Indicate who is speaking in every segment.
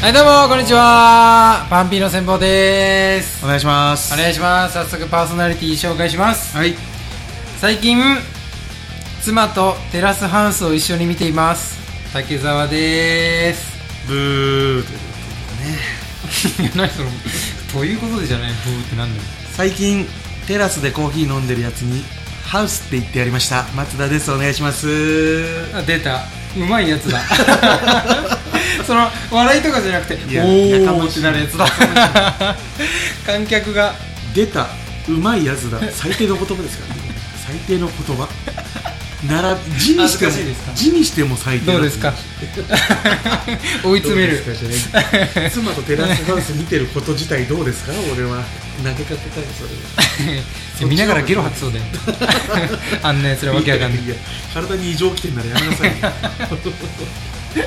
Speaker 1: はいどうもこんにちはパンピーの先方です
Speaker 2: お願いします
Speaker 1: お願いします早速パーソナリティ紹介します
Speaker 2: はい
Speaker 1: 最近妻とテラスハウスを一緒に見ています竹澤です
Speaker 2: ブー
Speaker 1: い や何そのどういうことでじゃないブーってなんだよ
Speaker 2: 最近テラスでコーヒー飲んでるやつにハウスって言ってやりました松田ですお願いします
Speaker 1: あ出たうまいや つだその笑いとかじゃなくて
Speaker 2: いや
Speaker 1: おー
Speaker 2: やかましい
Speaker 1: ってなるやつだ観客が
Speaker 2: 出たうまいやつだ最低の言葉ですから ね最低の言葉なら字にし
Speaker 1: 恥ず
Speaker 2: ても
Speaker 1: かしいですか
Speaker 2: 字にしても最低
Speaker 1: ど
Speaker 2: だと
Speaker 1: う
Speaker 2: 思
Speaker 1: ですか追い詰める
Speaker 2: どうですかじゃない妻とテラスハウス見てること自体どうですか俺は投げかけたいそれは
Speaker 1: いや見ながらゲロ吐き そうだよあんなやつらわけわかんない
Speaker 2: や体に異常きてんならやめな さいよ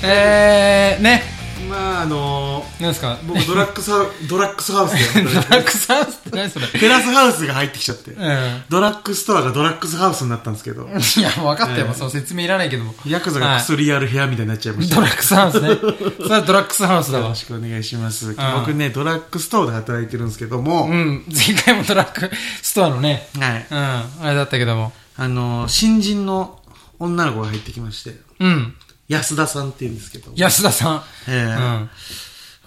Speaker 1: えー、ね
Speaker 2: まああの
Speaker 1: なんですか
Speaker 2: 僕ドラッグサドラッグスハウスでや
Speaker 1: ド
Speaker 2: っ
Speaker 1: ラ
Speaker 2: た
Speaker 1: ッグサウスって何それうん
Speaker 2: テラスハウスが入ってきちゃって
Speaker 1: いや
Speaker 2: ドラッグストアがドラッグスハウスになったんですけど
Speaker 1: 分かったよ、
Speaker 2: ええ
Speaker 1: その説明いらないけども
Speaker 2: ヤクザが薬やる部屋みたいになっちゃいました
Speaker 1: ドラッグサウスねそれはドラッグサウスだ
Speaker 2: よ
Speaker 1: わ
Speaker 2: ろしくお願いします僕ねドラッグストアで働いてるんですけど
Speaker 1: う
Speaker 2: も
Speaker 1: ん前回もドラッグストアのね
Speaker 2: はい
Speaker 1: うんあれだったけども
Speaker 2: あの新人の女の子が入ってきまして
Speaker 1: うん
Speaker 2: 安田さんって言うんですけど
Speaker 1: 安田さん
Speaker 2: え
Speaker 1: う
Speaker 2: え
Speaker 1: ん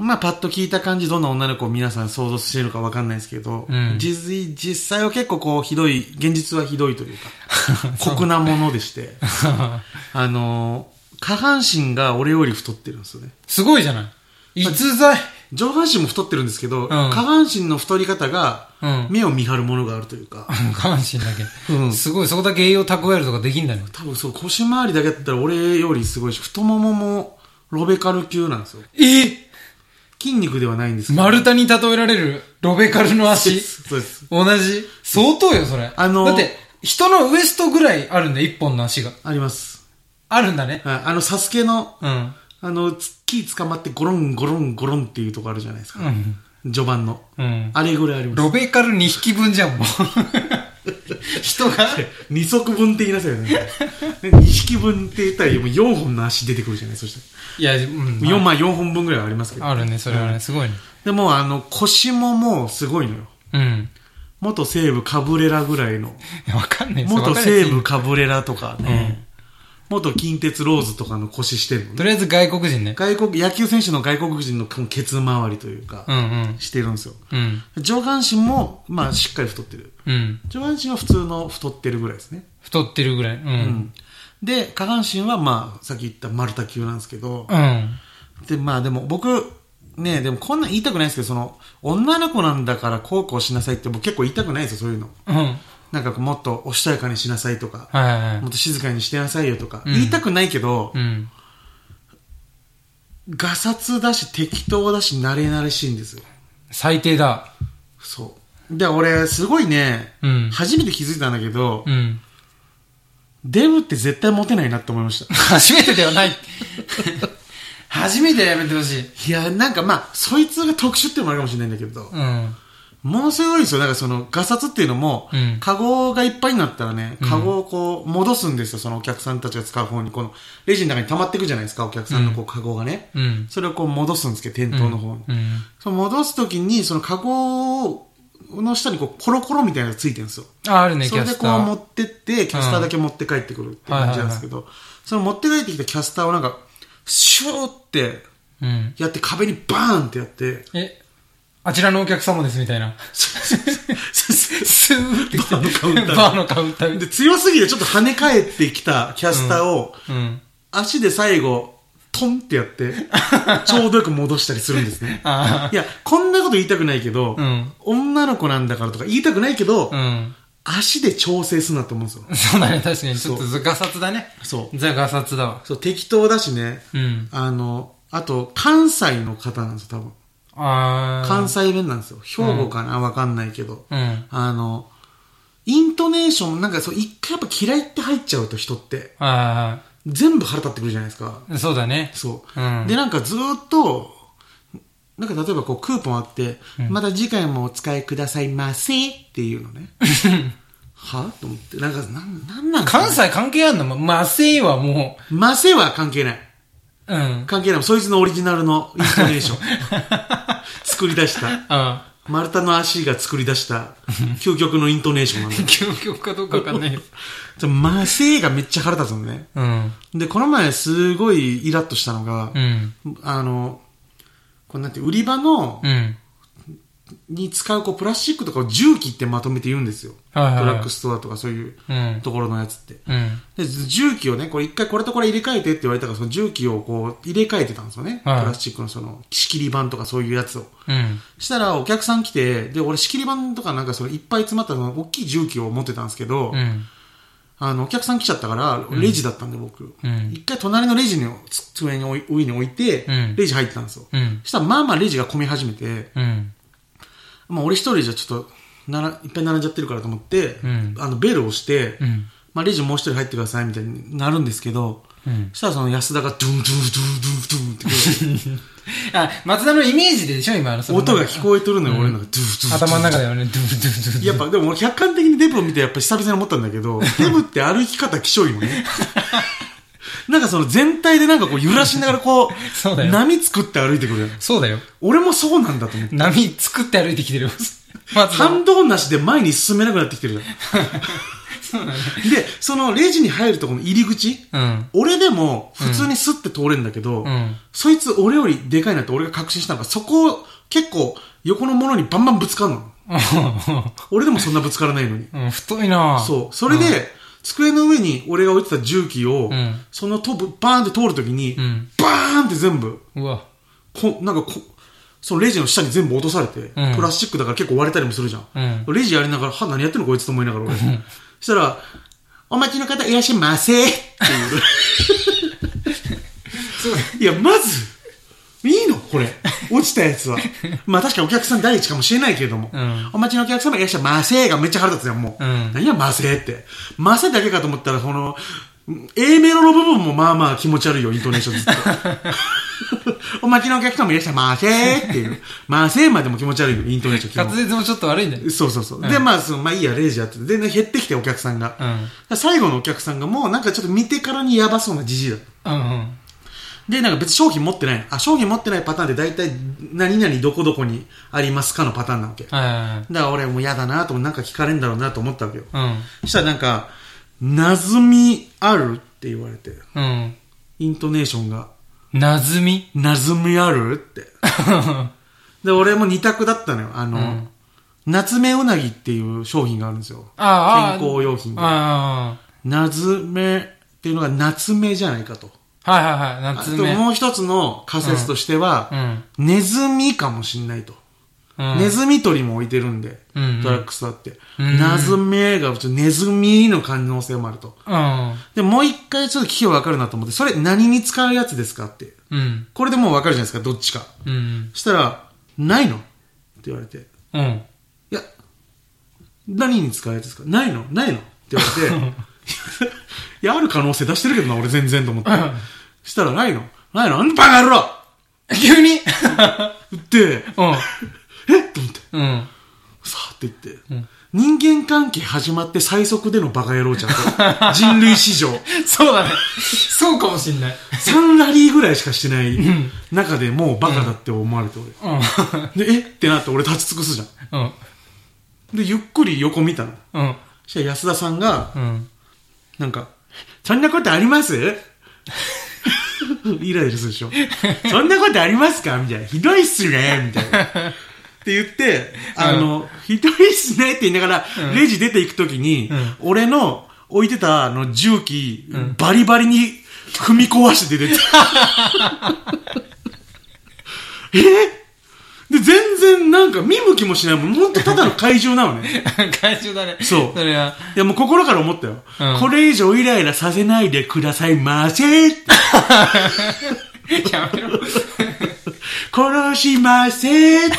Speaker 2: まあ、パッと聞いた感じ、どんな女の子を皆さん想像してるのかわかんないですけど、
Speaker 1: うん
Speaker 2: 実実際は結構こう、ひどい、現実はひどいというか、酷なものでして、あのー、下半身が俺より太ってるんですよね。
Speaker 1: すごいじゃない逸材
Speaker 2: 上半身も太ってるんですけど、下半身の太り方が
Speaker 1: うん、
Speaker 2: 目を見張るものがあるというか、
Speaker 1: 下半身だけ、
Speaker 2: うん
Speaker 1: すごいそこだけ栄養蓄えるとかできんだね
Speaker 2: 多分そう、腰回りだけだったら俺よりすごいし、太もももロベカル級なんですよ。
Speaker 1: ええ
Speaker 2: 筋肉ではないんですけど。
Speaker 1: 丸太に例えられるロベカルの
Speaker 2: そう
Speaker 1: 足。
Speaker 2: で すそうです。
Speaker 1: 同じ相当よ、それ。
Speaker 2: あの
Speaker 1: だって、人のウエストぐらいあるんだよ、一本の足が。
Speaker 2: あります。
Speaker 1: あるんだね。
Speaker 2: はいあの、サスケの
Speaker 1: うん。
Speaker 2: あの、つ木捕まってゴロンゴロンゴロンっていうとこあるじゃないです
Speaker 1: う
Speaker 2: か。
Speaker 1: ん。
Speaker 2: 序盤の。
Speaker 1: うん。
Speaker 2: あれぐらいあります。
Speaker 1: ロベカル2匹分じゃん、 もう。人が。
Speaker 2: 二足分的なさよ ね。で二匹分って言ったらもう4本の足出てくるじゃないそした
Speaker 1: いや、うん。
Speaker 2: ら。4、まあ4本分ぐらいはありますけど。
Speaker 1: あるね、それはね、すごいね。
Speaker 2: でもあの、腰ももうすごいのよ。
Speaker 1: うん。
Speaker 2: 元西武カブレラぐらいの。
Speaker 1: いやわかんないです
Speaker 2: 元西。武
Speaker 1: わかんないで
Speaker 2: カブレラとかね。元近鉄ローズとかの腰してるの
Speaker 1: す
Speaker 2: ね。
Speaker 1: とりあえず外国人ね。
Speaker 2: 外国、野球選手の外国人のケツ周りというか
Speaker 1: う、んうん。
Speaker 2: してるんですよ。
Speaker 1: うん。
Speaker 2: 上半身も、まあしっかり太ってる。
Speaker 1: うん。
Speaker 2: 上半身は普通の太ってるぐらいですね。
Speaker 1: 太ってるぐらい。う。
Speaker 2: うんん。で、下半身はまあ、さっき言った丸太級なんですけど、
Speaker 1: うん。
Speaker 2: で、まあでも僕、ねでもこんなん言いたくないですけど、その、女の子なんだからこうこうしなさいって僕結構言いたくないですよ、そういうの。
Speaker 1: うん。はい
Speaker 2: なんかこうもっとおしとやかにしなさいとか、
Speaker 1: はいは
Speaker 2: もっと静かにしてなさいよとか、
Speaker 1: うん
Speaker 2: 言いたくないけど
Speaker 1: い。う、ん。
Speaker 2: ガサツだし適当だし慣れ慣れしいんですよ。
Speaker 1: 最低だ。
Speaker 2: そう。で、俺、すごいね、
Speaker 1: うん
Speaker 2: 初めて気づいたんだけど、
Speaker 1: うん。
Speaker 2: デブって絶対モテないなって思いました。
Speaker 1: 初めてではない。初めてはやめてほしい。
Speaker 2: いや、なんかまあ、そいつが特殊っていうのもあるかもしれないんだけど、
Speaker 1: うん。
Speaker 2: ものすごいですよ。なんかその、ガサツっていうのも、
Speaker 1: うん
Speaker 2: カゴがいっぱいになったらね、カゴをこう、戻すんですよ。そのお客さんたちが使う方に、この、レジの中に溜まっていくじゃないですか、お客さんのこう、カゴがね。
Speaker 1: うん。
Speaker 2: それをこう、戻すんですけど、店頭の方に。
Speaker 1: うん。
Speaker 2: その戻すときに、そのカゴの下にこう、コロコロみたいなのがついてるんですよ。
Speaker 1: あ、あるね、
Speaker 2: そ
Speaker 1: キャ
Speaker 2: れで
Speaker 1: ス
Speaker 2: こ
Speaker 1: タ
Speaker 2: う
Speaker 1: ー。
Speaker 2: 持ってって、キャスターだけ持って帰ってくるって感じなんですけど、その持って帰ってきたキャスターをなんか、シューって
Speaker 1: うん。
Speaker 2: やって壁にバーンってやって、
Speaker 1: え、あちらのお客様ですみたいな。スーって来て、
Speaker 2: バーのカウンターで
Speaker 1: バーのカウンターで。
Speaker 2: で、強すぎてちょっと跳ね返ってきたキャスターを、
Speaker 1: うん。
Speaker 2: 足で最後、トンってやって、ちょうどよく戻したりするんですね。
Speaker 1: あ
Speaker 2: いや、こんなこと言いたくないけど、
Speaker 1: あ。うん。
Speaker 2: 女の子なんだからとか言いたくないけど、
Speaker 1: うん。
Speaker 2: 足で調整すんなと思うんですよ。
Speaker 1: そうだね、確かに。ちょっとずガサツだね。
Speaker 2: そう。
Speaker 1: ザガサツだわ。
Speaker 2: そう、適当だしね、
Speaker 1: うん。
Speaker 2: あの、あと、関西の方なんですよ、多分。
Speaker 1: ああ。
Speaker 2: 関西弁なんですよ。兵庫かなわかんないけど。
Speaker 1: うん。
Speaker 2: あの、イントネーション、なんかそう、一回やっぱ嫌いって入っちゃうと人って、
Speaker 1: あ
Speaker 2: 全部腹立ってくるじゃないですか。
Speaker 1: あ。そうだね。
Speaker 2: そう。
Speaker 1: うん
Speaker 2: で、なんかずーっと、なんか例えばこうクーポンあって、また次回もお使いくださいませっていうのね。 はと思って、なんか、なん、なんなん
Speaker 1: 関西関係あんのま、マセイはも
Speaker 2: ませは関係ない。
Speaker 1: う、うん。
Speaker 2: 関係ない。そいつのオリジナルのインスタレ ーション。作り出した。
Speaker 1: あ
Speaker 2: 丸太の足が作り出した、究極のイントネーションなんだ
Speaker 1: あ。究極かどうかわかんないけど。
Speaker 2: じゃあ、まあ、性がめっちゃ腹立つのね。
Speaker 1: うん。
Speaker 2: で、この前すごいイラッとしたのが
Speaker 1: う、ん。
Speaker 2: あの、これなんて、売り場の、
Speaker 1: うん。
Speaker 2: に使うこうプラスチックとかを重機ってまとめて言うんですよ。
Speaker 1: はいはいはい
Speaker 2: ドラッグストアとかそういう
Speaker 1: うん。
Speaker 2: ところのやつって。
Speaker 1: うん。
Speaker 2: で、重機をね、これ一回これとこれ入れ替えてって言われたから、その重機をこう入れ替えてたんですよね。
Speaker 1: はい
Speaker 2: プラスチックのその仕切り板とかそういうやつを。
Speaker 1: うん。
Speaker 2: したらお客さん来て、で、俺仕切り板とかなんかそのいっぱい詰まったその大きい重機を持ってたんですけど、
Speaker 1: うん。
Speaker 2: あの、お客さん来ちゃったから、レジだったんで僕。
Speaker 1: うん。
Speaker 2: 一回隣のレジの机に置い上に置いて
Speaker 1: うん、
Speaker 2: レジ入ってたんですよ。
Speaker 1: うん。
Speaker 2: したらまあまあレジが混み始めて、
Speaker 1: うん。
Speaker 2: まあ、俺一人じゃちょっとならいっぱい並んじゃってるからと思って、
Speaker 1: うん
Speaker 2: あのベルを押して、
Speaker 1: うん。
Speaker 2: まあ、レジもう一人入ってくださいみたいになるんですけど、
Speaker 1: うん。
Speaker 2: そしたらその安田がドゥンドゥンドゥンドゥンドゥンってこ
Speaker 1: あ、松田のイメージででしょ今のそうの
Speaker 2: 音が聞こえとるのよ、俺のがドゥンドゥンドゥン
Speaker 1: 頭の中で はね、ドゥブドゥブドゥブ。
Speaker 2: やっぱでも俺客観的にデブを見てやっぱ久々に思ったんだ けど、デブって歩き方気象よね。 なんかその全体でなんかこう揺らしながらこう、
Speaker 1: そうだよ
Speaker 2: 波作って歩いてくるよ。
Speaker 1: そうだよ。
Speaker 2: 俺もそうなんだと思って。
Speaker 1: 波作って歩いてきてるよ。 松田。
Speaker 2: 反動なしで前に進めなくなってきてるじゃん。
Speaker 1: そうだね。
Speaker 2: で、そのレジに入るとこの入り口、
Speaker 1: うん。
Speaker 2: 俺でも普通にスッて通れんだけど、
Speaker 1: うん。
Speaker 2: そいつ俺よりでかいなって俺が確信したのが、そこを結構横のものにバンバンぶつかるの。俺でもそんなぶつからないのに。
Speaker 1: うん、太いなぁ。
Speaker 2: そう。それで、机の上に俺が置いてた重機を、
Speaker 1: うん
Speaker 2: そのとぶ、バーンって通るときに、
Speaker 1: うん。
Speaker 2: バーンって全部、
Speaker 1: うわ。
Speaker 2: こなんかこ、そのレジの下に全部落とされて、
Speaker 1: ん
Speaker 2: プラスチックだから結構割れたりもするじゃん。
Speaker 1: うん。
Speaker 2: レジやりながら、は、何やってんのこいつと思いながら俺。そしたら、お待ちの方いらっしゃいませっていう。いや、まず、いいのこれ。落ちたやつは。まあ確かにお客さん第一かもしれないけれども。
Speaker 1: うん
Speaker 2: お待ちのお客様いらっしゃいませがめっちゃ腹立つやん、もう。
Speaker 1: うん
Speaker 2: 何や、ませって。ませだけかと思ったら、その、A メロの部分もまあまあ気持ち悪いよ、イントネーションずっと。 お待ちのお客様いらっしゃいませっていう。ませまでも気持ち悪いよ、イントネーション基本。
Speaker 1: 滑舌もちょっと悪いんだよ。
Speaker 2: そうそうそう。で、まあ、その、まあいいや、レジやってて、で、ね、減ってきてお客さんが。
Speaker 1: う
Speaker 2: だか
Speaker 1: ん。
Speaker 2: ら最後のお客さんがもうなんかちょっと見てからにやばそうなじじいだった。
Speaker 1: うんうん。
Speaker 2: で、なんか別に商品持ってない。あ、商品持ってないパターンで大体、何々どこどこにありますかのパターンなわけ。だか
Speaker 1: はいはい
Speaker 2: ら俺もう嫌だなと思う、なんか聞かれるんだろうなと思ったわけよ。
Speaker 1: はい。
Speaker 2: そしたらなんか、謎みあるって言われて、
Speaker 1: うん。うん。
Speaker 2: イントネーションが、
Speaker 1: なずみ
Speaker 2: 謎みあるって。で、俺も二択だったのよ。あの、
Speaker 1: うん
Speaker 2: 夏目うなぎっていう商品があるんですよ。
Speaker 1: ああ。
Speaker 2: 健康用品で。
Speaker 1: あ
Speaker 2: 夏目っていうのが夏目じゃないかと。
Speaker 1: あ。はいはいはい。
Speaker 2: あ
Speaker 1: 夏
Speaker 2: と
Speaker 1: 目。
Speaker 2: もう一つの仮説としては、
Speaker 1: うん。
Speaker 2: ネズミかもしんないと。
Speaker 1: うん。
Speaker 2: ネズミ捕りも置いてるんで、
Speaker 1: うんうん
Speaker 2: ドラッグストアって。
Speaker 1: うん
Speaker 2: ナズメがちょっとネズミの可能性もあると。
Speaker 1: うん。
Speaker 2: で、もう一回ちょっと聞けばわかるなと思って、それ何に使うやつですかって。
Speaker 1: うん。
Speaker 2: これでもうわかるじゃないですか、どっちか。
Speaker 1: うん。
Speaker 2: そしたら、ないのって言われて。
Speaker 1: うん。
Speaker 2: いや、何に使うやつですかないのないのって言われて、 いや、ある可能性出してるけどな、俺全然と思って
Speaker 1: うん。
Speaker 2: したら、ないのないのあんなバカ野郎
Speaker 1: 急に
Speaker 2: って、
Speaker 1: うん。
Speaker 2: えっと思って、
Speaker 1: うん。
Speaker 2: さあって言って、
Speaker 1: ん
Speaker 2: 人間関係始まって最速でのバカ野郎ちゃんと、人類史上、
Speaker 1: そうだね。そうかもしんない。
Speaker 2: 3ラリーぐらいしかしてない中でもうバカだって思われて俺。
Speaker 1: う
Speaker 2: で、えってなって俺立ち尽くすじゃん。
Speaker 1: ん。うん。
Speaker 2: で、ゆっくり横見たの。
Speaker 1: うん。
Speaker 2: そしたら安田さんが、
Speaker 1: うん。
Speaker 2: なんか、そんなことありますイライラするでしょ。そんなことありますかみたいな。ひどいっすねみたいな。って言って、あの、ひどいっすねって言いながら、レジ出ていくときに、
Speaker 1: う
Speaker 2: 俺の置いてたあの重機、バリバリに踏み壊して出てた。えで、全然なんか見向きもしないもん。ほんとただの怪獣なのね。
Speaker 1: 怪獣だね。
Speaker 2: そう
Speaker 1: それは。
Speaker 2: いや、もう心から思ったよ。
Speaker 1: うん
Speaker 2: これ以上イライラさせないでくださいませって。
Speaker 1: やめろ。
Speaker 2: 殺しません。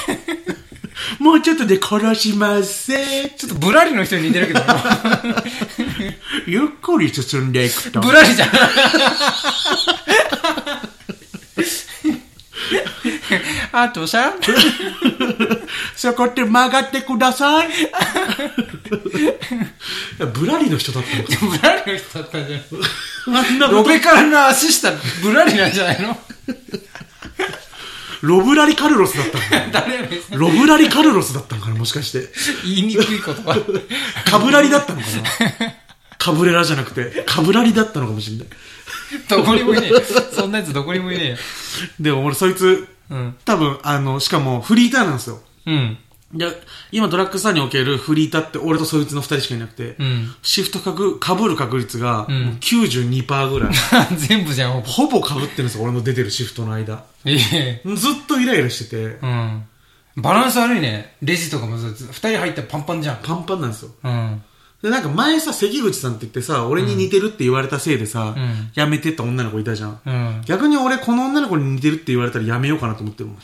Speaker 2: もうちょっとで殺しません。
Speaker 1: ちょっとぶらりの人に似てるけど。
Speaker 2: ゆっくり進んでいくと。
Speaker 1: ぶらりじゃん。あとさ、
Speaker 2: そこで曲がってください。ぶらりの人だったのか。
Speaker 1: ブラリの人だったんじゃない
Speaker 2: あんなこ
Speaker 1: ロ
Speaker 2: と
Speaker 1: ベカルの足下、ブラリなんじゃないの
Speaker 2: ロブラリカルロスだったのか
Speaker 1: 誰です
Speaker 2: ロブラリカルロスだったのかな、もしかして。
Speaker 1: 言いにくい言葉。
Speaker 2: カブラリだったのかな。カブレラじゃなくて、カブラリだったのかもしれない。
Speaker 1: どこにもいねえよ。そんなやつどこにもいねえよ。
Speaker 2: でも俺、そいつ、
Speaker 1: うん。
Speaker 2: 多分、あの、しかもフリーターなんですよ。
Speaker 1: うん。
Speaker 2: で、今ドラッグストアにおけるフリーターって俺とそいつの二人しかいなくて、
Speaker 1: うん
Speaker 2: シフトかぶ、被る確率が
Speaker 1: ん
Speaker 2: もう92%ぐらい。
Speaker 1: 全部じゃん、ほぼ。
Speaker 2: ほぼ被ってるんですよ、俺の出てるシフトの間。
Speaker 1: いえ。
Speaker 2: ずっとイライラしてて、
Speaker 1: うん。バランス悪いね。レジとかもそう二人入ったらパンパンじゃん。
Speaker 2: パンパンなんですよ。
Speaker 1: うん。
Speaker 2: で、なんか前さ、関口さんって言ってさ、俺に似てるって言われたせいでさ、
Speaker 1: うん
Speaker 2: やめてった女の子いたじゃん。
Speaker 1: うん。
Speaker 2: 逆に俺、この女の子に似てるって言われたらやめようかなと思ってるもん。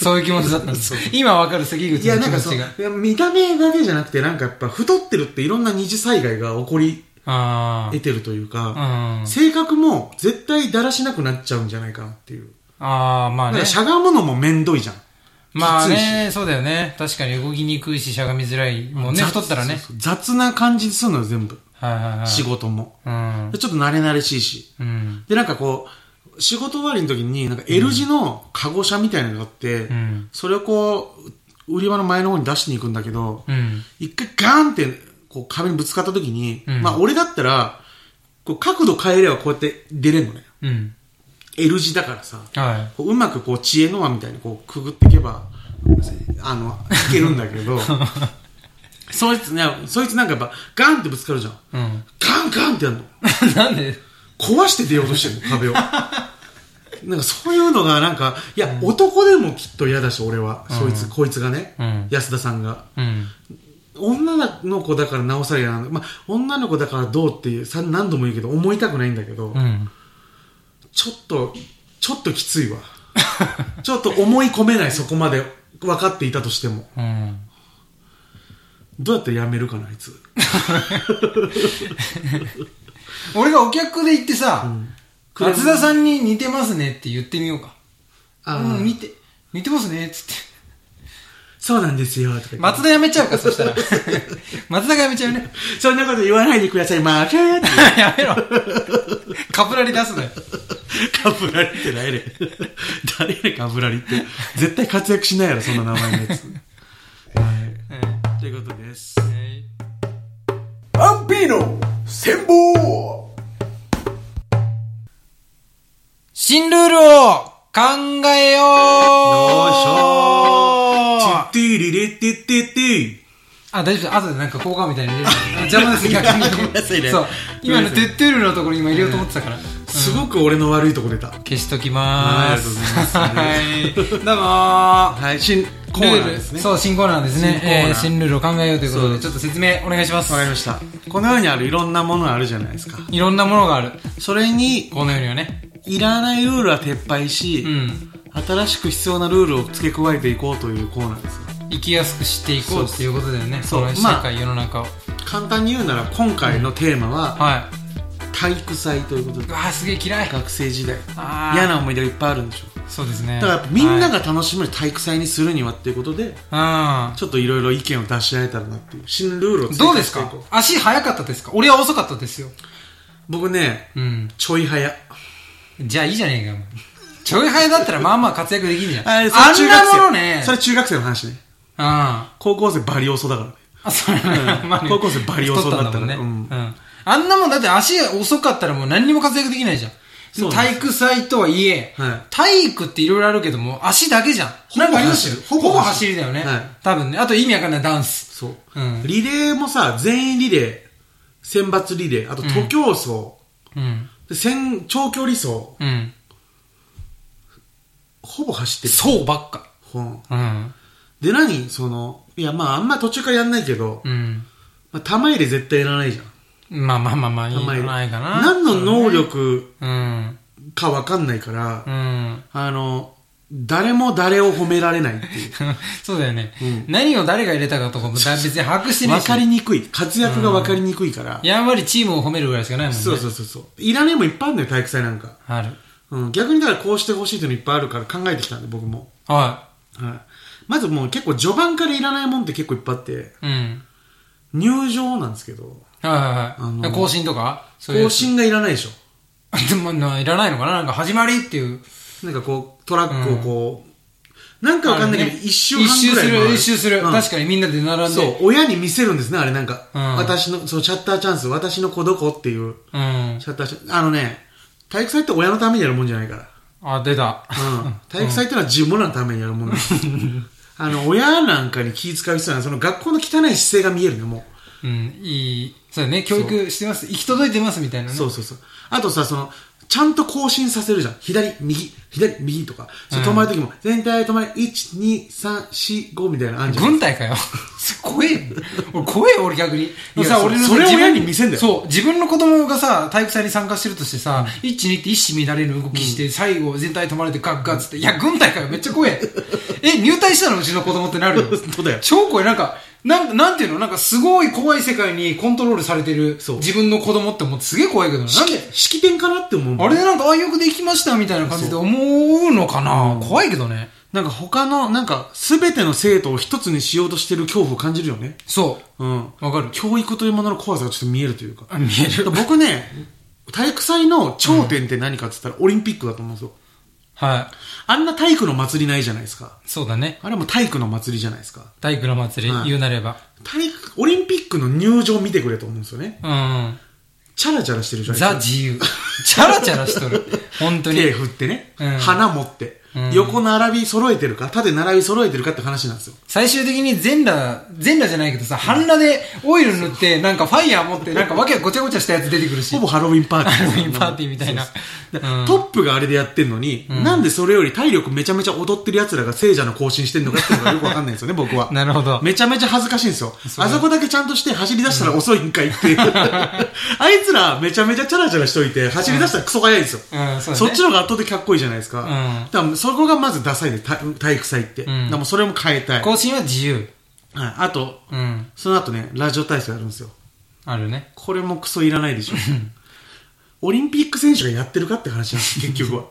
Speaker 1: そういう気持ちだったんです。今わかる関
Speaker 2: い
Speaker 1: 口
Speaker 2: や、
Speaker 1: の気
Speaker 2: なんか
Speaker 1: 持
Speaker 2: そう、
Speaker 1: ち
Speaker 2: い
Speaker 1: が。
Speaker 2: や見た目だけじゃなくて、なんかやっぱ太ってるっていろんな二次災害が起こり
Speaker 1: あ
Speaker 2: 得てるというか、
Speaker 1: あ。うん。
Speaker 2: 性格も絶対だらしなくなっちゃうんじゃないかなっていう。
Speaker 1: ああ、まあ
Speaker 2: なん
Speaker 1: ね
Speaker 2: か。しゃがむのもめんどいじゃん。
Speaker 1: まあ
Speaker 2: きついし
Speaker 1: ね、そうだよね。確かに動きにくいし、しゃがみづらい。もうね、
Speaker 2: 雑
Speaker 1: 太ったらね。
Speaker 2: そうそう雑な感じするのよ、全部。
Speaker 1: はいはいはい。
Speaker 2: 仕事も。
Speaker 1: うん
Speaker 2: で。ちょっと慣れ慣れしいし。
Speaker 1: うん。
Speaker 2: で、なんかこう、仕事終わりの時に、なんか L 字のカゴ車みたいなのがあって、
Speaker 1: うん。
Speaker 2: それをこう、売り場の前の方に出していくんだけど、
Speaker 1: うん。
Speaker 2: 一回ガーンって、こう壁にぶつかった時に、
Speaker 1: うん
Speaker 2: まあ俺だったら、こう角度変えればこうやって出れるのね。
Speaker 1: うん。
Speaker 2: L 字だからさ。
Speaker 1: は
Speaker 2: こううまくこう知恵の輪みたいにこうくぐっていけばあのいけるんだけ どそいつねそいつなんかやっぱガンってぶつかるじゃん
Speaker 1: い。うん。
Speaker 2: ガンガンってやるの
Speaker 1: なん で
Speaker 2: 壊して出ようとしてるの 壁をなんかそういうのがなんかいや、男でもきっと嫌だし俺は、そいつこいつがね、
Speaker 1: うん
Speaker 2: 安田さんが
Speaker 1: うん。
Speaker 2: 女の子だからなおさら嫌なんだ、まあ、女の子だからどうっていうさ何度も言うけど思いたくないんだけど、
Speaker 1: うん。
Speaker 2: ちょっと、ちょっときついわ。ちょっと思い込めない、そこまで分かっていたとしても。
Speaker 1: うん。
Speaker 2: どうやってやめるかな、あいつ。
Speaker 1: 俺がお客で行ってさ、
Speaker 2: クレーム
Speaker 1: 松田さんに似てますねって言ってみようか。
Speaker 2: あー
Speaker 1: うん、見て、似てますねっつって。
Speaker 2: そうなんですよ、とか言って
Speaker 1: 松田辞めちゃうか、そした ら。松田が辞めちゃうね。
Speaker 2: そんなこと言わないでください、まあ、けーって。
Speaker 1: やめろ。カプラリ出すのよ。
Speaker 2: かぶらりってないね。 誰やねん、かぶらりって。絶対活躍しないやろ、そんな名前のやつ。はい。 ということです。
Speaker 3: アンピーの戦法
Speaker 1: 新ルールを考えよう
Speaker 2: よいしょー。ティッティリリッティッティッティ。
Speaker 1: あ、大丈夫。後でなんか効果みたいに入れる。 あ邪魔です、逆に。
Speaker 2: ごめんなさいね
Speaker 1: そう。今の
Speaker 2: ごめんなさい
Speaker 1: てってるのところに今入れようと思ってたから。
Speaker 2: すごく俺の悪いとこ出た。
Speaker 1: 消しときまーす。
Speaker 2: はいありがとうございます
Speaker 1: はい。どうもー。
Speaker 2: はい、新コーナーですね。
Speaker 1: そう、新コーナーですね
Speaker 2: 新。コーナー
Speaker 1: えー新ルールを考えようということ
Speaker 2: そう
Speaker 1: で、
Speaker 2: です
Speaker 1: ちょっと説明お願いします
Speaker 2: わか。りました。この世にあるいろんなものあるじゃないですか。
Speaker 1: いろんなものがある。
Speaker 2: それに、
Speaker 1: この世にはね。
Speaker 2: いらないルールは撤廃し、
Speaker 1: うん。
Speaker 2: 新しく必要なルールを付け加えていこうというコーナーですよ。
Speaker 1: 生きやすくしていこうっていうことだよね。
Speaker 2: そ
Speaker 1: そうの
Speaker 2: です
Speaker 1: 社
Speaker 2: そう
Speaker 1: 会、世の中を。
Speaker 2: 簡単に言うなら、今回のテーマは、
Speaker 1: は
Speaker 2: 体育祭ということ
Speaker 1: い。
Speaker 2: で
Speaker 1: う、わー、すげえ嫌い。
Speaker 2: 学生時代、
Speaker 1: あー
Speaker 2: 嫌な思い出がいっぱいあるんでしょ。
Speaker 1: そうですね。
Speaker 2: だからやっぱみんな
Speaker 1: が。
Speaker 2: が楽しめる体育祭にするにはっていうことで、
Speaker 1: うん。
Speaker 2: ちょっといろいろ意見を出し合えたらなっていう、新ルールを追加
Speaker 1: どうです
Speaker 2: してい
Speaker 1: か
Speaker 2: こう
Speaker 1: 足早かったですか俺は遅かったですよ。
Speaker 2: 僕ね、
Speaker 1: うん。
Speaker 2: ちょい早。
Speaker 1: じゃあいいじゃねえかよお前。ちょい早だったらまあまあ活躍できんじゃん。
Speaker 2: あ
Speaker 1: あ
Speaker 2: れ
Speaker 1: ん
Speaker 2: それ中学
Speaker 1: な
Speaker 2: 生
Speaker 1: ものね。
Speaker 2: それ中学生の話ね。
Speaker 1: うん。あ、
Speaker 2: 高校生バリ遅だからね。
Speaker 1: それ、
Speaker 2: ん
Speaker 1: まあね
Speaker 2: 高校生バリ遅かったから
Speaker 1: 太だもんね。
Speaker 2: う
Speaker 1: うん。あんなもんだって足遅かったらもう何にも活躍できないじゃん。
Speaker 2: そうなん
Speaker 1: 体育祭とはいえ、
Speaker 2: はい
Speaker 1: 体育っていろいろあるけども、足だけじゃん。
Speaker 2: ぼ
Speaker 1: なんかありますよ
Speaker 2: 走る
Speaker 1: ほ
Speaker 2: ほぼ
Speaker 1: ぼ走
Speaker 2: 走
Speaker 1: り
Speaker 2: る
Speaker 1: だよね。
Speaker 2: はい
Speaker 1: 多分ね。あと意味わかんないダンス。
Speaker 2: そ
Speaker 1: う
Speaker 2: う、
Speaker 1: ん
Speaker 2: リレーもさ、全員リレー、選抜リレー、あと徒競走、
Speaker 1: うん。
Speaker 2: で先長距離走、
Speaker 1: うん。
Speaker 2: ほぼ走ってる。
Speaker 1: そうばっか。
Speaker 2: うん
Speaker 1: うん。
Speaker 2: で、何その、いや、まあ、あんま途中からやんないけど、
Speaker 1: うん。
Speaker 2: まあ、玉入れ絶対いらないじゃん。
Speaker 1: まあまあまあまあ、いいんじ
Speaker 2: 玉
Speaker 1: ゃ
Speaker 2: 入れ。
Speaker 1: ないかな。
Speaker 2: 何の能力
Speaker 1: うん。
Speaker 2: かわかんないから、
Speaker 1: うん。
Speaker 2: あの、誰も誰を褒められないってい
Speaker 1: そうだよね、何を誰が入れたかとかもだ別に把握して
Speaker 2: う。
Speaker 1: ない
Speaker 2: わ
Speaker 1: し。
Speaker 2: かりにくい。活躍がわかりにくいから。
Speaker 1: やんわりチームを褒めるぐらいしかないもんね。
Speaker 2: そうそうそうそう。いらねえもいっぱいあるんだよ、体育祭なんか。
Speaker 1: ある。
Speaker 2: うん、逆にだからこうしてほしいというのいっぱいあるから考えてきたんで、僕も。
Speaker 1: は
Speaker 2: はい。まずもう結構序盤からいらないもんって結構いっぱいあって、
Speaker 1: い。うん。
Speaker 2: 入場なんですけど、
Speaker 1: はいは
Speaker 2: あ
Speaker 1: いは
Speaker 2: の
Speaker 1: い。更新とかそういう
Speaker 2: 更
Speaker 1: やつ。
Speaker 2: 新がいらないでしょ。
Speaker 1: でもないらないのかななんか始まりっていう。
Speaker 2: なんかこう、トラックをこう、なんかわかんないけど、
Speaker 1: あのね
Speaker 2: 一周半ぐらい回る。
Speaker 1: 一周する、一周する。
Speaker 2: うん
Speaker 1: 確かにみんなで並んで。
Speaker 2: そう、親に見せるんですね、あれなんか。
Speaker 1: うん
Speaker 2: 私の、そう、シャッターチャンス、私の子どこっていう、
Speaker 1: うん。
Speaker 2: シャッターチャンス。あのね、体育祭って親のためにやるもんじゃないから。
Speaker 1: あ、出た。
Speaker 2: うん。体育祭ってのは自分らのためにやるもんだ。あの、親なんかに気使う必要ない。その学校の汚い姿勢が見えるね、も
Speaker 1: うん、いい。そうだね、教育してます。行き届いてますみたいな
Speaker 2: う。
Speaker 1: ね。
Speaker 2: そうそうそう。あとさ、その、ちゃんと更新させるじゃん。左、右、左、右とか。そう
Speaker 1: うん
Speaker 2: 止まるときも、全体止まれ、1、2、3、4、5みたいなのあんじゃん。
Speaker 1: 軍隊かよ。 怖えよ。俺怖えよ、俺逆に。
Speaker 2: や
Speaker 1: さ
Speaker 2: そう
Speaker 1: 俺のさ
Speaker 2: それを
Speaker 1: 自分
Speaker 2: 親に見せんだよ
Speaker 1: そう、自分の子供がさ、体育祭に参加してるとしてさ、一、二って一糸乱れる動きして、最後全体止まれてガッガッつって、いや、軍隊かよ、めっちゃ怖え。え、入隊したのうちの子供ってなる よ。
Speaker 2: 当だよ
Speaker 1: 超怖い。なんか、なん、なんていうのなんかすごい怖い世界にコントロールされてる
Speaker 2: そう
Speaker 1: 自分の子供って思ってすげえ怖いけどな。なんで、
Speaker 2: 式典かなって思うもん。
Speaker 1: あれなんか、あ、よくできましたみたいな感じで思うのかな怖いけどね。
Speaker 2: なんか他の、なんか、すべての生徒を一つにしようとしてる恐怖を感じるよね。
Speaker 1: そ
Speaker 2: うん。
Speaker 1: う。わかる。
Speaker 2: 教育というものの怖さがちょっと見えるというか。
Speaker 1: あ見える。
Speaker 2: 僕ね、体育祭の頂点って何かって言ったら、オリンピックだと思うんですよ。
Speaker 1: はい。
Speaker 2: あんな体育の祭りないじゃないですか。
Speaker 1: そうだね。
Speaker 2: あれはもう体育の祭りじゃないですか。
Speaker 1: 体育の祭り、
Speaker 2: はい
Speaker 1: 言うなれば。
Speaker 2: 体育、オリンピックの入場見てくれと思うんですよね。
Speaker 1: うん。
Speaker 2: チャラチャラしてるじゃないで
Speaker 1: ザ
Speaker 2: すか。
Speaker 1: 自由。チャラチャラしと る。本当に。
Speaker 2: 手振ってね、
Speaker 1: うん
Speaker 2: 花持って、
Speaker 1: うん
Speaker 2: 横並び揃えてるか、縦並び揃えてるかって話なんですよ。
Speaker 1: 最終的に全裸、全裸じゃないけどさ、半裸でオイル塗って、なんかファイヤー持って、なんかわけごちゃごちゃしたやつ出てくるし。
Speaker 2: ほぼハロウィンパーティー。
Speaker 1: ハロウィンパーティーみたいな
Speaker 2: そうそう
Speaker 1: うん
Speaker 2: トップがあれでやってんのに、なんでそれより体力めちゃめちゃ踊ってる奴らが聖者の行進してんのかっていうのがよくわかんないんですよね、僕は。
Speaker 1: なるほど。
Speaker 2: めちゃめちゃ恥ずかしいんですよ。
Speaker 1: う
Speaker 2: あそこだけちゃんとして走り出したら遅いんかいっていう。 あいつらめちゃめちゃチャラチャラしといて、走り出したらクソ早いんですよ。
Speaker 1: うん、そうだね。
Speaker 2: そっちの方が圧倒的かっこいいじゃないですか。
Speaker 1: ん
Speaker 2: だからそこがまずダサいで、た体育祭って。
Speaker 1: ん
Speaker 2: だからもうそれも変えたい。はい、
Speaker 1: 更新は自由。
Speaker 2: あと、
Speaker 1: うん。
Speaker 2: その後ね、ラジオ体操やるんですよ。
Speaker 1: あるね。
Speaker 2: これもクソいらないでしょ。 オリンピック選手がやってるかって話 なんです、結局は。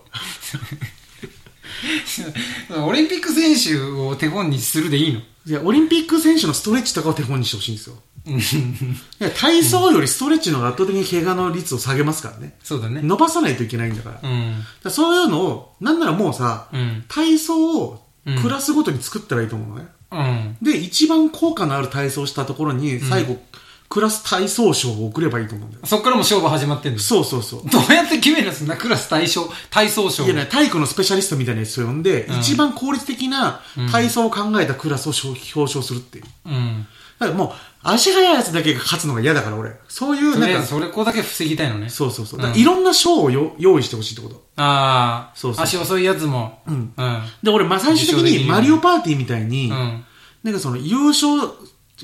Speaker 1: オリンピック選手を手本にするでいいの
Speaker 2: いや、オリンピック選手のストレッチとかを手本にしてほしいんですよ。いや体操よりストレッチの方が圧倒的に怪我の率を下げますからね。
Speaker 1: そうだね。
Speaker 2: 伸ばさないといけないんだから。
Speaker 1: う
Speaker 2: だか
Speaker 1: ん。
Speaker 2: らそういうのを、なんならもうさ、
Speaker 1: うん。
Speaker 2: 体操をクラスごとに作ったらいいと思うのね。
Speaker 1: うん。
Speaker 2: で、一番効果のある体操をしたところに、最後、クラス体操賞を送ればいいと思うんだよ。
Speaker 1: そっからもう勝負始まってんの
Speaker 2: そうそうそう。
Speaker 1: どうやって決めるのそんなクラス対象、体操賞。
Speaker 2: いやね、体育のスペシャリストみたいなやつを呼んで、
Speaker 1: うん
Speaker 2: 一番効率的な体操を考えたクラスを表彰するっていう。
Speaker 1: うん。
Speaker 2: だからもう、足速いやつだけが勝つのが嫌だから、俺。そういう、
Speaker 1: とりあ
Speaker 2: な
Speaker 1: え
Speaker 2: ん
Speaker 1: ず
Speaker 2: か、
Speaker 1: それこだけ防ぎたいのね。
Speaker 2: そうそうそ
Speaker 1: う
Speaker 2: う。
Speaker 1: ん
Speaker 2: だからいろんな賞をよ用意してほしいってこと。
Speaker 1: ああ、
Speaker 2: そうそう。
Speaker 1: 足遅いやつも。うんうん。
Speaker 2: で、俺、まあ、最終的
Speaker 1: 受賞できる
Speaker 2: に
Speaker 1: よ
Speaker 2: マリオパーティーみたいに、
Speaker 1: うん。
Speaker 2: なんかその、優勝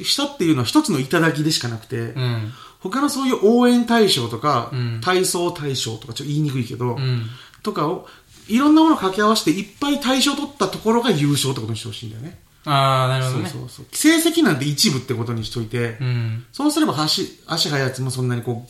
Speaker 2: したっていうのは一つの頂きでしかなくて、
Speaker 1: うん。
Speaker 2: 他のそういう応援対象とか、
Speaker 1: うん
Speaker 2: 体操対象とか、ちょっと言いにくいけど、
Speaker 1: うん。
Speaker 2: とかを、いろんなものを掛け合わせて、いっぱい対象取ったところが優勝ってことにしてほしいんだよね。
Speaker 1: ああ、なるほ
Speaker 2: そ
Speaker 1: ど
Speaker 2: う
Speaker 1: ね。
Speaker 2: そうそう。成績なんて一部ってことにしといて、
Speaker 1: うん。
Speaker 2: そうすれば足、足速いやつもそんなにこ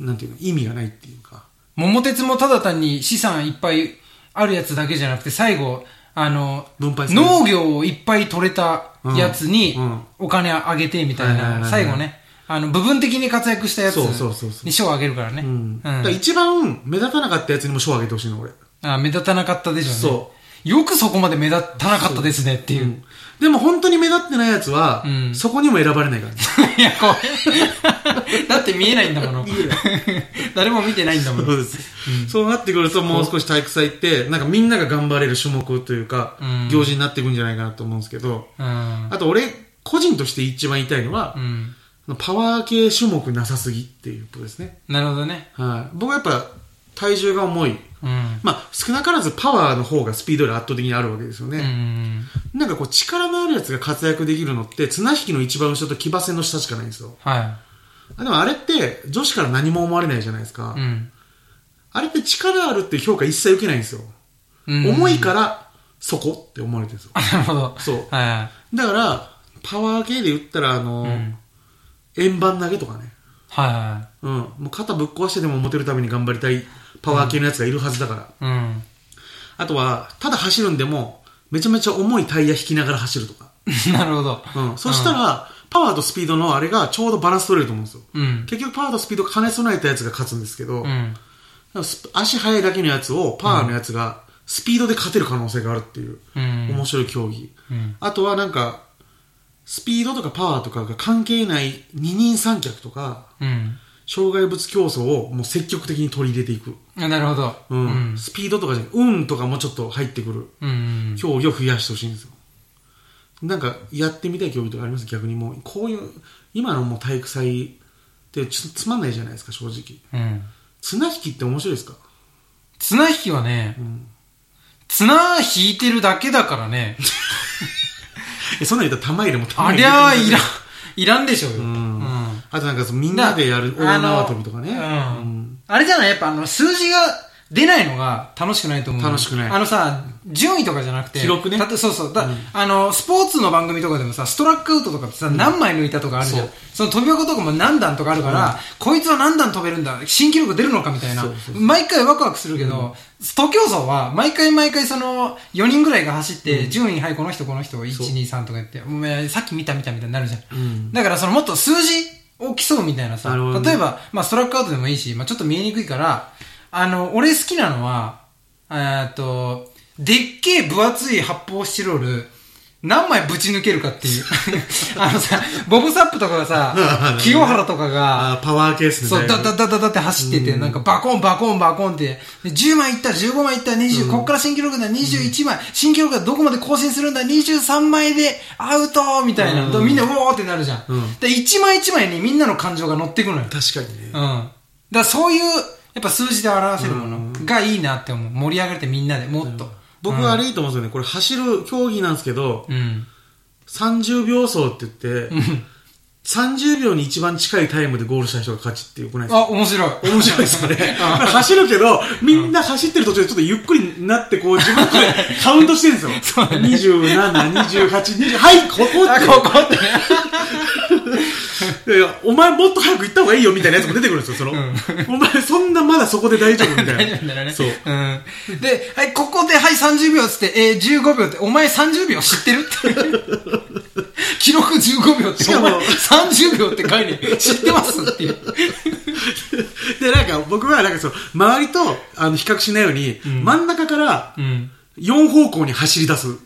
Speaker 2: う、なんていうの、意味がないっていうか。
Speaker 1: 桃鉄もただ単に資産いっぱいあるやつだけじゃなくて、最後、あの、
Speaker 2: 分配する
Speaker 1: 農業をいっぱい取れたやつに
Speaker 2: うんうん
Speaker 1: お金あげてみたい
Speaker 2: はいはいはい
Speaker 1: な、
Speaker 2: はい
Speaker 1: 最後ね、あの、部分的に活躍したやつ
Speaker 2: そうそうそうそう
Speaker 1: に賞をあげるからね。う
Speaker 2: うん。だから
Speaker 1: あ
Speaker 2: 一番目立たなかったやつにも賞をあげてほしいの、俺。
Speaker 1: ー目立たなかったでしょうね。。
Speaker 2: そう
Speaker 1: よくそこまで目立たなかったですねっていうう。
Speaker 2: ん。でも本当に目立ってないやつは、
Speaker 1: うん
Speaker 2: そこにも選ばれないからね。
Speaker 1: いや、怖い。 だって見えないんだもの。 誰も見てないんだも
Speaker 2: そ
Speaker 1: の。
Speaker 2: うです、そうなってくるともう少し体育祭って、なんかみんなが頑張れる種目というか、
Speaker 1: うん
Speaker 2: 行事になっていくんじゃないかなと思うんですけど、
Speaker 1: うん。
Speaker 2: あと俺、個人として一番言いたいのは
Speaker 1: う、ん。
Speaker 2: パワー系種目なさすぎっていうことですね。
Speaker 1: なるほどね。
Speaker 2: はい。僕はやっぱ体重が重い。
Speaker 1: うん。
Speaker 2: まあ、少なからずパワーの方がスピードより圧倒的にあるわけですよ
Speaker 1: う
Speaker 2: ね。
Speaker 1: ん。
Speaker 2: なんかこう力のあるやつが活躍できるのって、綱引きの一番後ろと騎馬戦の下しかないんですよ。
Speaker 1: は
Speaker 2: あでもあれって女子から何も思われないじゃないですか。
Speaker 1: い。うん。
Speaker 2: あれって力あるっていう評価一切受けないんですよ。
Speaker 1: うん
Speaker 2: 重いから、そこって思われてるんですよ。
Speaker 1: あなるほど。
Speaker 2: そう
Speaker 1: は
Speaker 2: だから、パワー系で言ったら、あの、
Speaker 1: い。うん。
Speaker 2: 円盤投げとかね。
Speaker 1: は
Speaker 2: うん。もう肩ぶっ壊してでもモテるために頑張りたいパワー系のやつがいるはずだから。
Speaker 1: い。うん。
Speaker 2: あとは、ただ走るんでも、めちゃめちゃ重いタイヤ引きながら走るとか。
Speaker 1: なるほど。
Speaker 2: うん。そしたら、パワーとスピードのあれがちょうどバランス取れると思うんですよ。
Speaker 1: うん。
Speaker 2: 結局パワーとスピードが兼ね備えたやつが勝つんですけど、
Speaker 1: うん。
Speaker 2: ス足速いだけのやつをパワーのやつがスピードで勝てる可能性があるっていう、
Speaker 1: うん
Speaker 2: 面白い競技、
Speaker 1: うん
Speaker 2: あとはなんかスピードとかパワーとかが関係ない二人三脚とか
Speaker 1: うん。
Speaker 2: 障害物競争をもう積極的に取り入れていく、
Speaker 1: あなるほど。
Speaker 2: うんスピードとかじゃなく運とかもちょっと入ってくる
Speaker 1: うん。
Speaker 2: 競技を増やしてほしいんですよなんかやってみたい競技とかあります逆にもうこういう今のもう体育祭ってちょっとつまんないじゃないですか正直
Speaker 1: うん。
Speaker 2: 綱引きって面白いですか
Speaker 1: 綱引きはね、
Speaker 2: ん
Speaker 1: 綱引いてるだけだから ね、
Speaker 2: え、そんなん言ったら玉入れも玉
Speaker 1: あ
Speaker 2: 入
Speaker 1: り
Speaker 2: れ。
Speaker 1: ゃあいらん、いらんでしょうよ。
Speaker 2: ん
Speaker 1: うん
Speaker 2: あとなんかそのみんなでやる大縄跳びとかね。
Speaker 1: あのうんあれじゃないやっぱあの、数字が出ないのが楽しくないと思う。
Speaker 2: 楽しくない
Speaker 1: あのさ、順位とかじゃなくて。
Speaker 2: 記録ね
Speaker 1: たとそうそう。だ、
Speaker 2: うん
Speaker 1: あの、スポーツの番組とかでもさ、ストラックアウトとかってさ、何枚抜いたとかあるじゃん。
Speaker 2: そう
Speaker 1: その飛び箱とかも何段とかあるから、こいつは何段飛べるんだ、新記録出るのかみたいな。
Speaker 2: そうそう
Speaker 1: 毎回ワクワクするけど、徒競走は、毎回毎回その、4人ぐらいが走って、順位、はい、この人、この人、1、
Speaker 2: そう
Speaker 1: 2、3とか言って、お前、さっき見た見たみたいになるじゃん。
Speaker 2: うん
Speaker 1: だからそのもっと数字を競うみたいなさ、
Speaker 2: なるほどね、
Speaker 1: 例えば、まあ、ストラックアウトでもいいし、まあ、ちょっと見えにくいから、あの、俺好きなのは、えーっと、でっけえ分厚い発泡スチロール、何枚ぶち抜けるかっていう。あのさ、ボブサップとかがさ 清原とかが、
Speaker 2: あーパワーケース
Speaker 1: そう、だ、だ、
Speaker 2: いぶ
Speaker 1: だ、だ、だって走ってて、なんかバコン、バコン、バコンって、で10枚いった、15枚いった、20、こっから新記録だ、21枚、新記録がどこまで更新するんだ、23枚でアウトみたいな、
Speaker 2: うん
Speaker 1: みんな、うおーってなるじゃん。
Speaker 2: うん
Speaker 1: で、1枚1枚にみんなの感情が乗ってくのよ。
Speaker 2: 確かに
Speaker 1: う
Speaker 2: ね。
Speaker 1: ん。だからそういう、やっぱ数字で表せるものがいいなって思う。盛り上がれてみんなでもっと。
Speaker 2: 僕はあれいいと思うんですよね。これ走る競技なんですけど、
Speaker 1: うん。
Speaker 2: 30秒走って言って、
Speaker 1: うん。
Speaker 2: 30秒に一番近いタイムでゴールした人が勝ちってよくないですか
Speaker 1: あ、面白い。
Speaker 2: 面白いですよね。 走るけど、みんな走ってる途中でちょっとゆっくりになって、こう自分 でカウントしてるんですよ。
Speaker 1: そうだね
Speaker 2: 27、28、20、はい、ここっ
Speaker 1: あ、
Speaker 2: て。
Speaker 1: ここってね。
Speaker 2: いやいや、お前もっと早く行った方がいいよみたいなやつも出てくるんですよ、その。お前そんなまだそこで大丈夫みたいな。
Speaker 1: 大丈夫だよね。
Speaker 2: そう。
Speaker 1: ん。で、はい、ここで、はい、30秒っつって、えー、15秒って、お前30秒知ってる って。記録15秒って、
Speaker 2: しか
Speaker 1: お
Speaker 2: も
Speaker 1: 前30秒って概念知ってますっていう。
Speaker 2: で、なんか僕はなんかその、周りとあの比較しないように、真ん中から
Speaker 1: うん。
Speaker 2: 4方向に走り出す。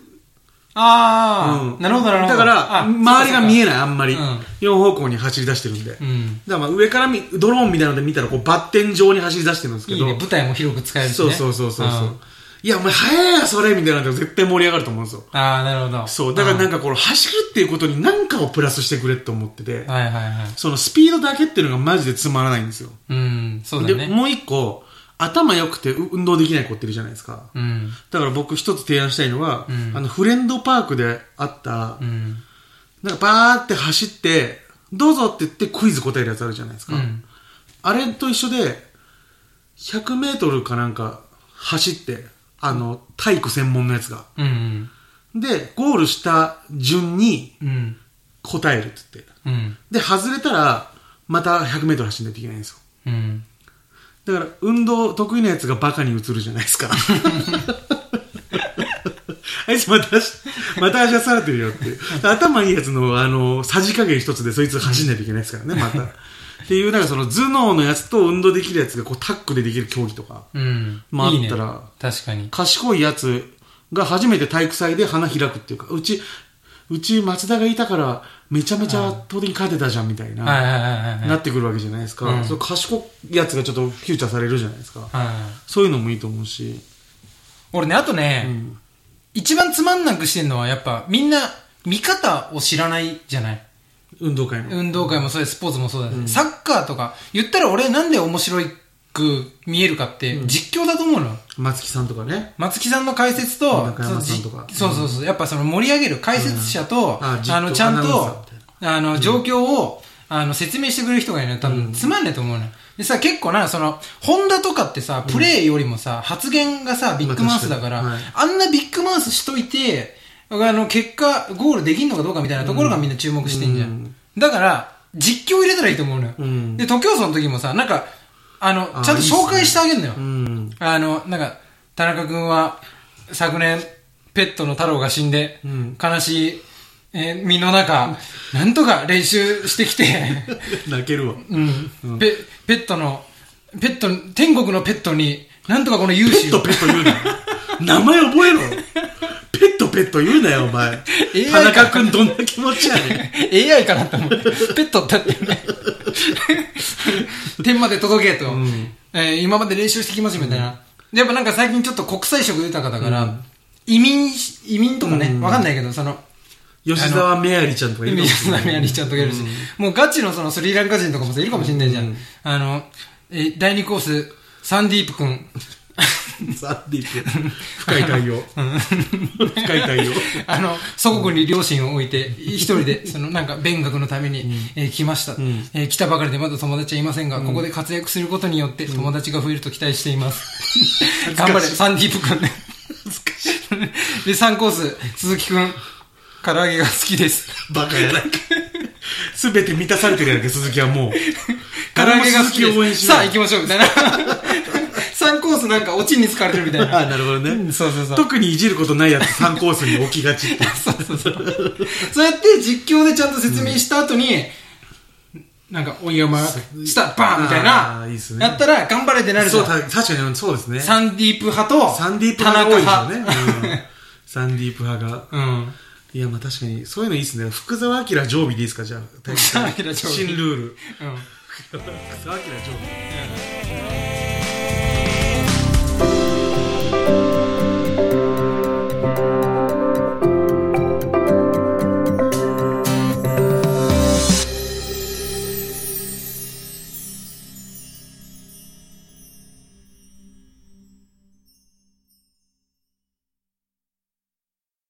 Speaker 1: ああ、
Speaker 2: うん
Speaker 1: なるほど、なるほど。
Speaker 2: だから、
Speaker 1: あ
Speaker 2: 周りが見え
Speaker 1: る。
Speaker 2: ない、あんまり。
Speaker 1: うん
Speaker 2: 4方向に走り出してるんで。
Speaker 1: うん。
Speaker 2: だからまあ上からみドローンみたいなので見たら、こうバッテン状に走り出してるんですけ
Speaker 1: い
Speaker 2: ど。
Speaker 1: いね、舞台も広く使えるし、ね。
Speaker 2: そうそうそうそうそう。いや、お前早いや、それみたいなので絶対盛り上がると思うんですよ。
Speaker 1: ああ、なるほど。
Speaker 2: そう。だからなん
Speaker 1: か、
Speaker 2: かこの走るっていうことに何かをプラスしてくれって思ってて。
Speaker 1: はいはいはい。
Speaker 2: そのスピードだけっていうのがマジでつまらないんですよ。
Speaker 1: うん、そうだ
Speaker 2: で、
Speaker 1: ね。
Speaker 2: もう一個、頭良くてう運動できない子っているじゃないですか。
Speaker 1: うん。
Speaker 2: だから僕一つ提案したいのは、
Speaker 1: うん
Speaker 2: あの、フレンドパークであった、
Speaker 1: うん。
Speaker 2: なんかバーって走って、どうぞって言ってクイズ答えるやつあるじゃないです
Speaker 1: う
Speaker 2: か。
Speaker 1: ん。
Speaker 2: あれと一緒で、100メートルかなんか走って、あの、体育専門のやつが。
Speaker 1: うん。
Speaker 2: で、ゴールした順に
Speaker 1: うん。
Speaker 2: 答えるって言って。
Speaker 1: うん。
Speaker 2: で、外れたら、また100メートル走んないといけないんですよ。
Speaker 1: うん。
Speaker 2: だから、運動得意なやつがバカに映るじゃないですか。 あいつまた足、また足がされてるよっていう。頭いいやつの、あの、さじ加減一つでそいつ走んないといけないですからね、また。っていう、なんかその頭脳のやつと運動できるやつがこうタッグでできる競技とか。
Speaker 1: うん。
Speaker 2: まあ
Speaker 1: いいね
Speaker 2: あったら
Speaker 1: 確かに。
Speaker 2: 賢いやつが初めて体育祭で花開くっていうか、うち、うち松田がいたからめちゃめちゃ圧倒的に勝てたじゃんみたい
Speaker 1: はい
Speaker 2: な、
Speaker 1: はいはいはいはい。
Speaker 2: なってくるわけじゃないです
Speaker 1: う
Speaker 2: か。
Speaker 1: ん
Speaker 2: そう賢いやつがちょっとフューチャーされるじゃないですか。
Speaker 1: はい
Speaker 2: そういうのもいいと思うし。
Speaker 1: 俺ね、あとね、
Speaker 2: ん
Speaker 1: 一番つまんなくしてるのは、やっぱ、みんな、見方を知らないじゃない
Speaker 2: 運動会の。
Speaker 1: 運動会もそうです、スポーツもそうだし、サッカーとか、言ったら俺なんで面白く見えるかって、実況だと思うの。
Speaker 2: 松木さんとかね。
Speaker 1: 松木さんの解説と、
Speaker 2: 中山さんとか
Speaker 1: そのじそうそうそう、やっぱその盛り上げる解説者と、
Speaker 2: うんあ実況
Speaker 1: あの、ちゃん
Speaker 2: アナウンサーみ
Speaker 1: と、あの、状況を、あの、説明してくれる人がいないと多分つまんねえと思うのよ。でさ、結構な、その、ホンダとかってさ、プレーよりもさ、発言がさ、ビッグマウスだから、
Speaker 2: まあ確
Speaker 1: あんなビッグマウスしといて、あの、結果、ゴールできんのかどうかみたいなところがみんな注目してんじゃん。
Speaker 2: うん
Speaker 1: だから、実況入れたらいいと思うのよ。
Speaker 2: うん
Speaker 1: で、徒競走の時もさ、なんか、あの、
Speaker 2: あー
Speaker 1: ちゃんと紹介してあげるのよ。
Speaker 2: うん。
Speaker 1: あの、なんか、田中君は、昨年、ペットの太郎が死んで、
Speaker 2: うん
Speaker 1: 悲しいえー身の中、なんとか練習してきて、
Speaker 2: 泣けるわ。
Speaker 1: うん、ペペットの、ペット、天国のペットに、なんとかこの勇
Speaker 2: ペッ
Speaker 1: 姿
Speaker 2: ト
Speaker 1: を
Speaker 2: ペット 言うなよ。名前覚えろ。ペットペット言うなよ、お前
Speaker 1: AI。
Speaker 2: 田中君どんな気持ちや ねん。
Speaker 1: AI かなと思って、ペットだって ね、天まで届けと、えー今まで練習してきますみたいな。やっぱなんか最近ちょっと国際色豊かだから、移民し、移民とかね、わかんないけど、その、
Speaker 2: 吉沢メアリちゃんとかい
Speaker 1: 意
Speaker 2: るか
Speaker 1: 味
Speaker 2: も
Speaker 1: じ
Speaker 2: しれ
Speaker 1: ゃ
Speaker 2: な
Speaker 1: ないいメアリーちゃんとかいるし、もうガチのそのスリランカ人とかもさ、いるかもしんないじゃん。あの、えー第2コース、サンディープ君。
Speaker 2: サンディープ。深い 対応。深い対応。
Speaker 1: あの、祖国に両親を置いて、一人で、そのなんか、勉学のために、えー来ました、えー来たばかりでまだ友達はいませんが、ここで活躍することによって友達が増えると期待しています。頑張れ、サンディープ君ね。で、3コース、鈴木君、唐揚げが好きです。
Speaker 2: バカやないか。すべて満たされてるやんけ、鈴木 はもう。
Speaker 1: 唐揚げが好き
Speaker 2: 俺も鈴木を応
Speaker 1: で
Speaker 2: 援
Speaker 1: す。
Speaker 2: しよう
Speaker 1: さあ行きましょう、みたいな。3コースなんか、オチに使われてるみたい
Speaker 2: あ
Speaker 1: な。
Speaker 2: あ、なるほどね。
Speaker 1: うんそうそうそう。
Speaker 2: 特にいじることないやつ3コースに置きがちって。
Speaker 1: そうそうそう。そうやって実況でちゃんと説明した後に、なんか、お山した、バーンみたい
Speaker 2: あ
Speaker 1: な、
Speaker 2: ーいいっすね
Speaker 1: やったら、頑張れ ってなるじ
Speaker 2: そ
Speaker 1: ゃ。
Speaker 2: うんた確かにそうですね。
Speaker 1: サンディープ派と、
Speaker 2: サンディープ
Speaker 1: 田
Speaker 2: 派
Speaker 1: 中
Speaker 2: が多い
Speaker 1: 派。
Speaker 2: でしょうね。うん サンディープ派が。
Speaker 1: うん。
Speaker 2: いや、まあ確かに、そういうのいいですね。福 沢明常備でいいですか、じゃあ。
Speaker 1: 沢明常備
Speaker 2: 新ルール。
Speaker 1: うん。
Speaker 2: 福沢明常備。